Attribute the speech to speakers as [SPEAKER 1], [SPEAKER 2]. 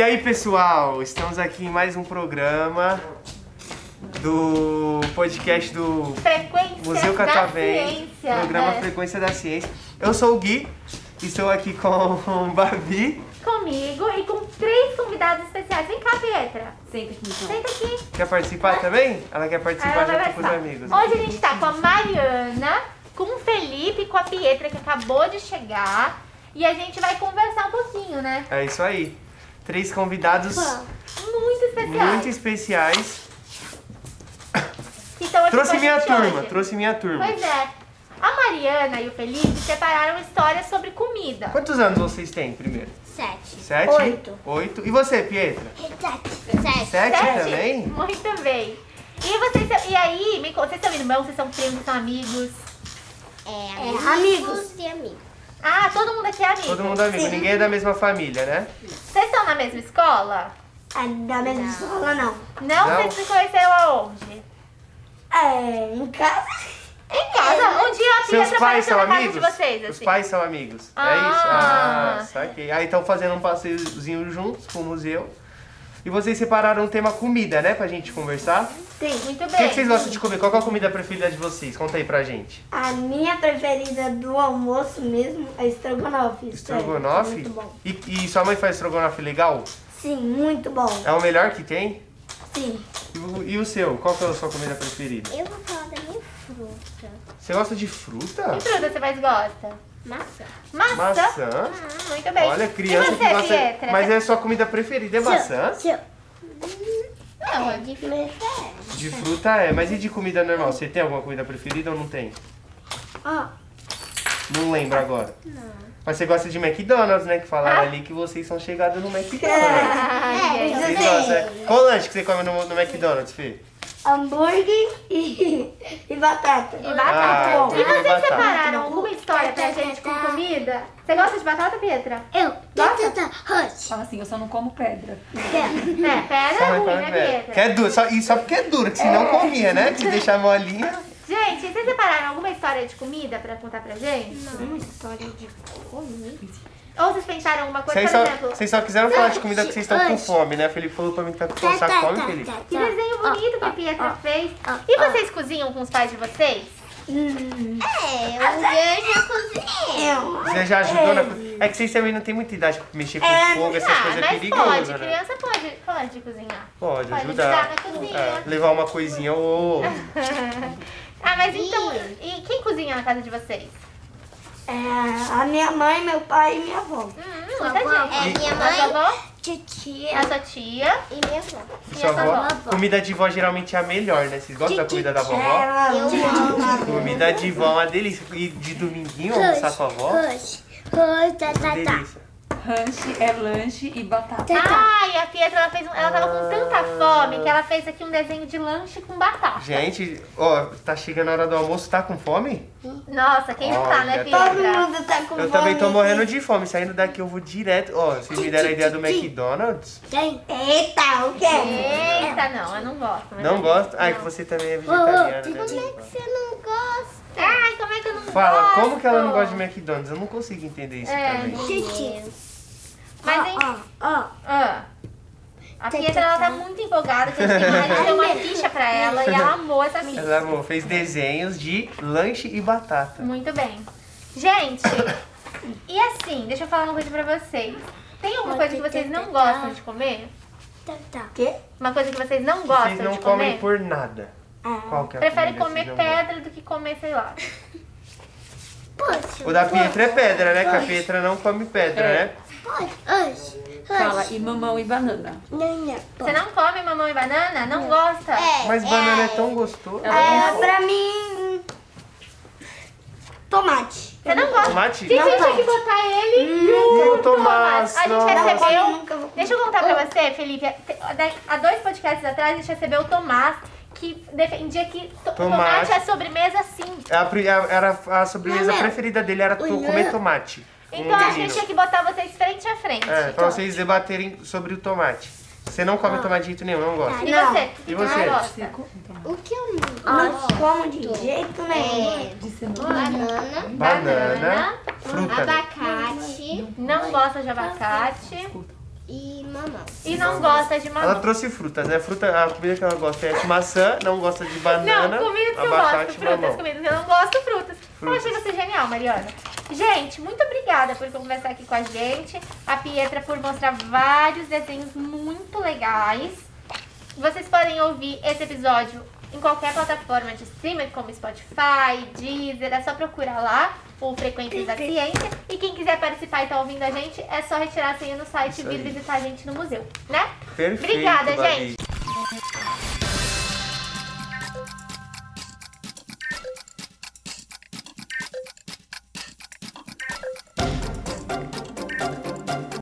[SPEAKER 1] E aí, pessoal? Estamos aqui em mais um programa do podcast do
[SPEAKER 2] Frequência
[SPEAKER 1] Museu
[SPEAKER 2] da
[SPEAKER 1] Catavém,
[SPEAKER 2] Ciência.
[SPEAKER 1] programa
[SPEAKER 2] é.
[SPEAKER 1] Frequência da Ciência. Eu sou o Gui, estou aqui com o Babi.
[SPEAKER 2] Comigo e com três convidados especiais. Vem cá, Pietra.
[SPEAKER 3] Senta aqui
[SPEAKER 1] Hum.
[SPEAKER 3] então.
[SPEAKER 2] Senta aqui.
[SPEAKER 1] Quer participar também? Ela quer
[SPEAKER 2] Aí
[SPEAKER 1] participar
[SPEAKER 2] ela vai
[SPEAKER 1] junto com os
[SPEAKER 2] conversar.
[SPEAKER 1] amigos.
[SPEAKER 2] Hoje a gente tá com a Mariana, com o Felipe e com a Pietra, que acabou de chegar. E a gente vai conversar um pouquinho, né?
[SPEAKER 1] É isso aí. Três convidados
[SPEAKER 2] Muito especiais.
[SPEAKER 1] muito especiais.
[SPEAKER 2] que estão aqui com
[SPEAKER 1] Trouxe
[SPEAKER 2] Então, a
[SPEAKER 1] minha
[SPEAKER 2] gente
[SPEAKER 1] turma,
[SPEAKER 2] hoje.
[SPEAKER 1] trouxe minha turma.
[SPEAKER 2] Pois é. A Mariana e o Felipe separaram histórias sobre comida.
[SPEAKER 1] Quantos anos vocês têm primeiro?
[SPEAKER 4] Sete.
[SPEAKER 1] Sete?
[SPEAKER 4] Oito.
[SPEAKER 1] Oito. E você, Pietra?
[SPEAKER 4] Sete.
[SPEAKER 1] Sete, é, também?
[SPEAKER 2] Muito bem. E vocês são- e aí, me conta, vocês são irmãos, vocês são primos, são amigos?
[SPEAKER 4] É, amigos. é e amigos.
[SPEAKER 2] Ah, todo mundo aqui é amigo.
[SPEAKER 1] Todo mundo amigo, ninguém é da mesma família, né?
[SPEAKER 2] Vocês estão na mesma escola?
[SPEAKER 5] É, da mesma escola, não.
[SPEAKER 2] Não,
[SPEAKER 1] Não.
[SPEAKER 2] vocês se conheceram aonde?
[SPEAKER 5] É, em casa.
[SPEAKER 2] Em casa. Um dia a Pia
[SPEAKER 1] É, Seus pais
[SPEAKER 2] apareceu
[SPEAKER 1] são
[SPEAKER 2] na casa
[SPEAKER 1] amigos?
[SPEAKER 2] de vocês,
[SPEAKER 1] Os
[SPEAKER 2] assim.
[SPEAKER 1] pais são amigos. É
[SPEAKER 2] Ah.
[SPEAKER 1] isso? Ah, saquei. Aí estão fazendo um passeiozinho juntos pro museu. E vocês separaram o tema comida, né? Pra gente conversar.
[SPEAKER 2] Muito
[SPEAKER 1] O que,
[SPEAKER 2] bem.
[SPEAKER 1] que vocês gostam de comer? Qual que é a comida preferida de vocês? Conta aí pra gente.
[SPEAKER 5] A minha preferida do almoço mesmo é estrogonofe. sério.
[SPEAKER 1] Estrogonofe?
[SPEAKER 5] Muito bom.
[SPEAKER 1] E, e sua mãe faz estrogonofe legal?
[SPEAKER 5] Sim, muito bom.
[SPEAKER 1] É o melhor que tem?
[SPEAKER 5] Sim.
[SPEAKER 1] E o, e o seu? Qual que é a sua comida preferida?
[SPEAKER 4] Eu vou falar da minha fruta.
[SPEAKER 1] Você gosta de fruta?
[SPEAKER 2] Que fruta você mais gosta?
[SPEAKER 4] Maçã.
[SPEAKER 2] Maçã.
[SPEAKER 1] Maçã?
[SPEAKER 2] Hum, muito bem.
[SPEAKER 1] Olha, criança
[SPEAKER 2] e você,
[SPEAKER 1] que gosta.
[SPEAKER 2] Pietra?
[SPEAKER 1] Mas é a sua comida preferida, é maçã?
[SPEAKER 4] Seu.
[SPEAKER 2] Não,
[SPEAKER 4] É de fruta.
[SPEAKER 1] De fruta é, mas e de comida normal? Você tem alguma comida preferida ou não tem?
[SPEAKER 5] Ah,
[SPEAKER 1] Não lembro agora. Não. Mas você gosta de McDonald's, né? Que falaram ali que vocês são chegados no McDonald's.
[SPEAKER 2] Ai,
[SPEAKER 1] Vocês
[SPEAKER 5] também.
[SPEAKER 1] gostam, é? Qual lanche que você come no, no McDonald's, Fih?
[SPEAKER 5] hambúrguer e, e batata. tá E
[SPEAKER 1] batata. Ah,
[SPEAKER 2] E
[SPEAKER 1] Batata.
[SPEAKER 2] vocês separaram alguma história pra gente com comida? Você gosta de batata, Pietra?
[SPEAKER 4] Eu. Tá,
[SPEAKER 2] Gosta?
[SPEAKER 4] Batata roxa.
[SPEAKER 3] Fala assim, eu só não como pedra.
[SPEAKER 2] É, pera é ruim, né, Pietra?
[SPEAKER 1] Que é duro, só, e só porque é duro, que senão comia, né? Se deixar molinha.
[SPEAKER 2] Gente, vocês separaram alguma história de comida pra contar pra gente?
[SPEAKER 5] Uma história de comida.
[SPEAKER 2] Ou vocês pensaram alguma coisa,
[SPEAKER 1] Vocês
[SPEAKER 2] por
[SPEAKER 1] só,
[SPEAKER 2] exemplo,
[SPEAKER 1] vocês só quiseram falar de comida que
[SPEAKER 4] Lanche,
[SPEAKER 1] vocês estão com
[SPEAKER 4] lanche.
[SPEAKER 1] fome, né? Felipe falou pra mim que tá com
[SPEAKER 4] Tá, tá,
[SPEAKER 1] fome,
[SPEAKER 4] tá,
[SPEAKER 1] Felipe.
[SPEAKER 4] tá,
[SPEAKER 2] que
[SPEAKER 4] tá.
[SPEAKER 2] desenho bonito que a Pietra fez.
[SPEAKER 4] ah,
[SPEAKER 2] E vocês cozinham com os pais de vocês?
[SPEAKER 4] É, eu já cozinhei.
[SPEAKER 5] Eu.
[SPEAKER 1] Você já ajudou na cozinha? É que vocês também não têm muita idade pra mexer com fogo, essas
[SPEAKER 2] ah,
[SPEAKER 1] coisas
[SPEAKER 2] mas
[SPEAKER 1] é perigoso,
[SPEAKER 2] pode,
[SPEAKER 1] né?
[SPEAKER 2] criança pode, pode cozinhar.
[SPEAKER 1] Pode
[SPEAKER 2] Pode
[SPEAKER 1] ajudar.
[SPEAKER 2] ajudar na cozinha.
[SPEAKER 1] É, levar uma coisinha ou outra.
[SPEAKER 2] Ah, mas então, e quem cozinha na casa de vocês?
[SPEAKER 5] É, a minha mãe, meu pai e minha avó.
[SPEAKER 2] Hum, muita gente.
[SPEAKER 4] É minha
[SPEAKER 2] A sua
[SPEAKER 4] mãe,
[SPEAKER 2] avó,
[SPEAKER 4] titia
[SPEAKER 2] a sua tia.
[SPEAKER 4] e minha avó.
[SPEAKER 1] E Sua
[SPEAKER 2] essa
[SPEAKER 1] avó,
[SPEAKER 4] vovó?
[SPEAKER 1] comida de vó geralmente é a melhor, né? Vocês gostam da comida da
[SPEAKER 5] É,
[SPEAKER 1] vovó?
[SPEAKER 5] Ela-
[SPEAKER 4] Eu amo.
[SPEAKER 1] Comida de vó é uma delícia. E de dominguinho, almoçar com a vó?
[SPEAKER 4] Roxa. Roxa. Tá,
[SPEAKER 1] uma
[SPEAKER 4] tá, tá.
[SPEAKER 1] Delícia.
[SPEAKER 3] Ranche é lanche e batata.
[SPEAKER 4] Ah!
[SPEAKER 2] Ai, a Pietra, ela, fez um- ela tava com tanta fome que ela fez aqui um desenho de lanche com batata.
[SPEAKER 1] Gente, ó, tá chegando a hora do almoço, tá com fome?
[SPEAKER 2] Nossa, quem não tá, né,
[SPEAKER 1] Olha,
[SPEAKER 2] Pietra?
[SPEAKER 5] Todo mundo tá com fome.
[SPEAKER 1] Eu também tô morrendo de fome, saindo daqui eu vou direto. Ó, vocês me deram a ideia do McDonald's?
[SPEAKER 4] Tem.
[SPEAKER 5] Eita, Ah, o quê?
[SPEAKER 2] Eita, não, eu não gosto. mas
[SPEAKER 1] Não
[SPEAKER 2] eu-
[SPEAKER 1] gosto? Ai, que você também é vegetariana, né? Diva?
[SPEAKER 4] Você não gosta?
[SPEAKER 2] Ai, como é que eu não
[SPEAKER 1] Fala,
[SPEAKER 2] gosto?
[SPEAKER 1] como que ela não gosta de McDonald's? Eu não consigo entender isso
[SPEAKER 2] É.
[SPEAKER 1] também.
[SPEAKER 4] Titia.
[SPEAKER 2] Mas, então, hein?
[SPEAKER 5] Ó,
[SPEAKER 2] Ah. A Pietra, ela tá muito empolgada, que a gente tem mais de ter uma ficha pra ela e ela amou essa ficha.
[SPEAKER 1] Ela amor, fez desenhos de lanche e batata.
[SPEAKER 2] Muito bem. Gente, e assim, deixa eu falar uma coisa pra vocês. Tem alguma coisa que vocês não gostam de comer?
[SPEAKER 4] Tá, tá.
[SPEAKER 5] quê?
[SPEAKER 2] Uma coisa que vocês não
[SPEAKER 1] Vocês
[SPEAKER 2] gostam
[SPEAKER 1] não
[SPEAKER 2] de
[SPEAKER 1] comem
[SPEAKER 2] comer? Ah.
[SPEAKER 1] por nada. Qual que é a
[SPEAKER 2] Prefere
[SPEAKER 1] comida que vocês
[SPEAKER 2] comer
[SPEAKER 1] não
[SPEAKER 2] pedra do que comer, sei lá.
[SPEAKER 4] Poxa.
[SPEAKER 1] O da Pietra é pedra, né? Que a Pietra não come pedra,
[SPEAKER 3] É.
[SPEAKER 1] né?
[SPEAKER 4] Pode. Anjo.
[SPEAKER 3] Fala e mamão e banana.
[SPEAKER 4] Não, não.
[SPEAKER 2] Você não come mamão e banana? Não gosta?
[SPEAKER 4] É,
[SPEAKER 1] Mas banana é tão gostoso.
[SPEAKER 5] É, pra mim. Tomate.
[SPEAKER 2] Você não gosta?
[SPEAKER 1] Tomate? Hum,
[SPEAKER 2] Tem gente
[SPEAKER 5] tomate.
[SPEAKER 2] que botar ele
[SPEAKER 1] Não,
[SPEAKER 2] junto, mas
[SPEAKER 1] Tomás,
[SPEAKER 2] A gente
[SPEAKER 1] não.
[SPEAKER 5] Eu
[SPEAKER 2] recebeu.
[SPEAKER 5] nunca vou
[SPEAKER 2] Deixa eu contar pra você, Felipe. Há dois podcasts atrás a gente recebeu o Tomás, que defendia que to-
[SPEAKER 1] Tomate.
[SPEAKER 2] tomate é sobremesa sim.
[SPEAKER 1] É a pri- a- Era a sobremesa
[SPEAKER 4] Não, não.
[SPEAKER 1] preferida dele era to-
[SPEAKER 4] Olha.
[SPEAKER 1] comer tomate. Um
[SPEAKER 2] Então a gente então.
[SPEAKER 1] menino. assim,
[SPEAKER 2] tinha que botar vocês frente a frente.
[SPEAKER 1] É, pra vocês debaterem sobre o tomate. Você não
[SPEAKER 2] Ah.
[SPEAKER 1] come tomate de jeito nenhum, não gosta.
[SPEAKER 2] E
[SPEAKER 5] Não.
[SPEAKER 2] você?
[SPEAKER 1] E você?
[SPEAKER 2] Não gosta?
[SPEAKER 4] O que é um eu não
[SPEAKER 5] Não como de jeito nenhum.
[SPEAKER 4] é
[SPEAKER 3] De cenoura.
[SPEAKER 2] Tá,
[SPEAKER 4] banana,
[SPEAKER 1] Banana, fruta. né?
[SPEAKER 4] abacate
[SPEAKER 2] Não gosta de abacate.
[SPEAKER 4] e mamão.
[SPEAKER 2] E não gosta de
[SPEAKER 1] Ela
[SPEAKER 2] mamão.
[SPEAKER 1] trouxe frutas, né? Fruta, a comida que ela gosta é de maçã, não gosta de
[SPEAKER 2] Não,
[SPEAKER 1] banana,
[SPEAKER 2] comidas que eu gosto,
[SPEAKER 1] abacate,
[SPEAKER 2] frutas,
[SPEAKER 1] mamão.
[SPEAKER 2] comidas que eu não gosto, frutas. Eu
[SPEAKER 1] Frutas.
[SPEAKER 2] achei você genial, Mariana. Gente, muito obrigada por conversar aqui com a gente. A Pietra por mostrar vários desenhos muito legais. Vocês podem ouvir esse episódio em qualquer plataforma de streaming, como Spotify, Deezer, é só procurar lá o Frequências da Ciência. E quem quiser participar e tá ouvindo a gente, é só retirar a senha no site
[SPEAKER 1] Isso
[SPEAKER 2] e vir
[SPEAKER 1] aí.
[SPEAKER 2] visitar a gente no museu, né?
[SPEAKER 1] Perfeito,
[SPEAKER 2] Obrigada,
[SPEAKER 1] Babi.
[SPEAKER 2] gente.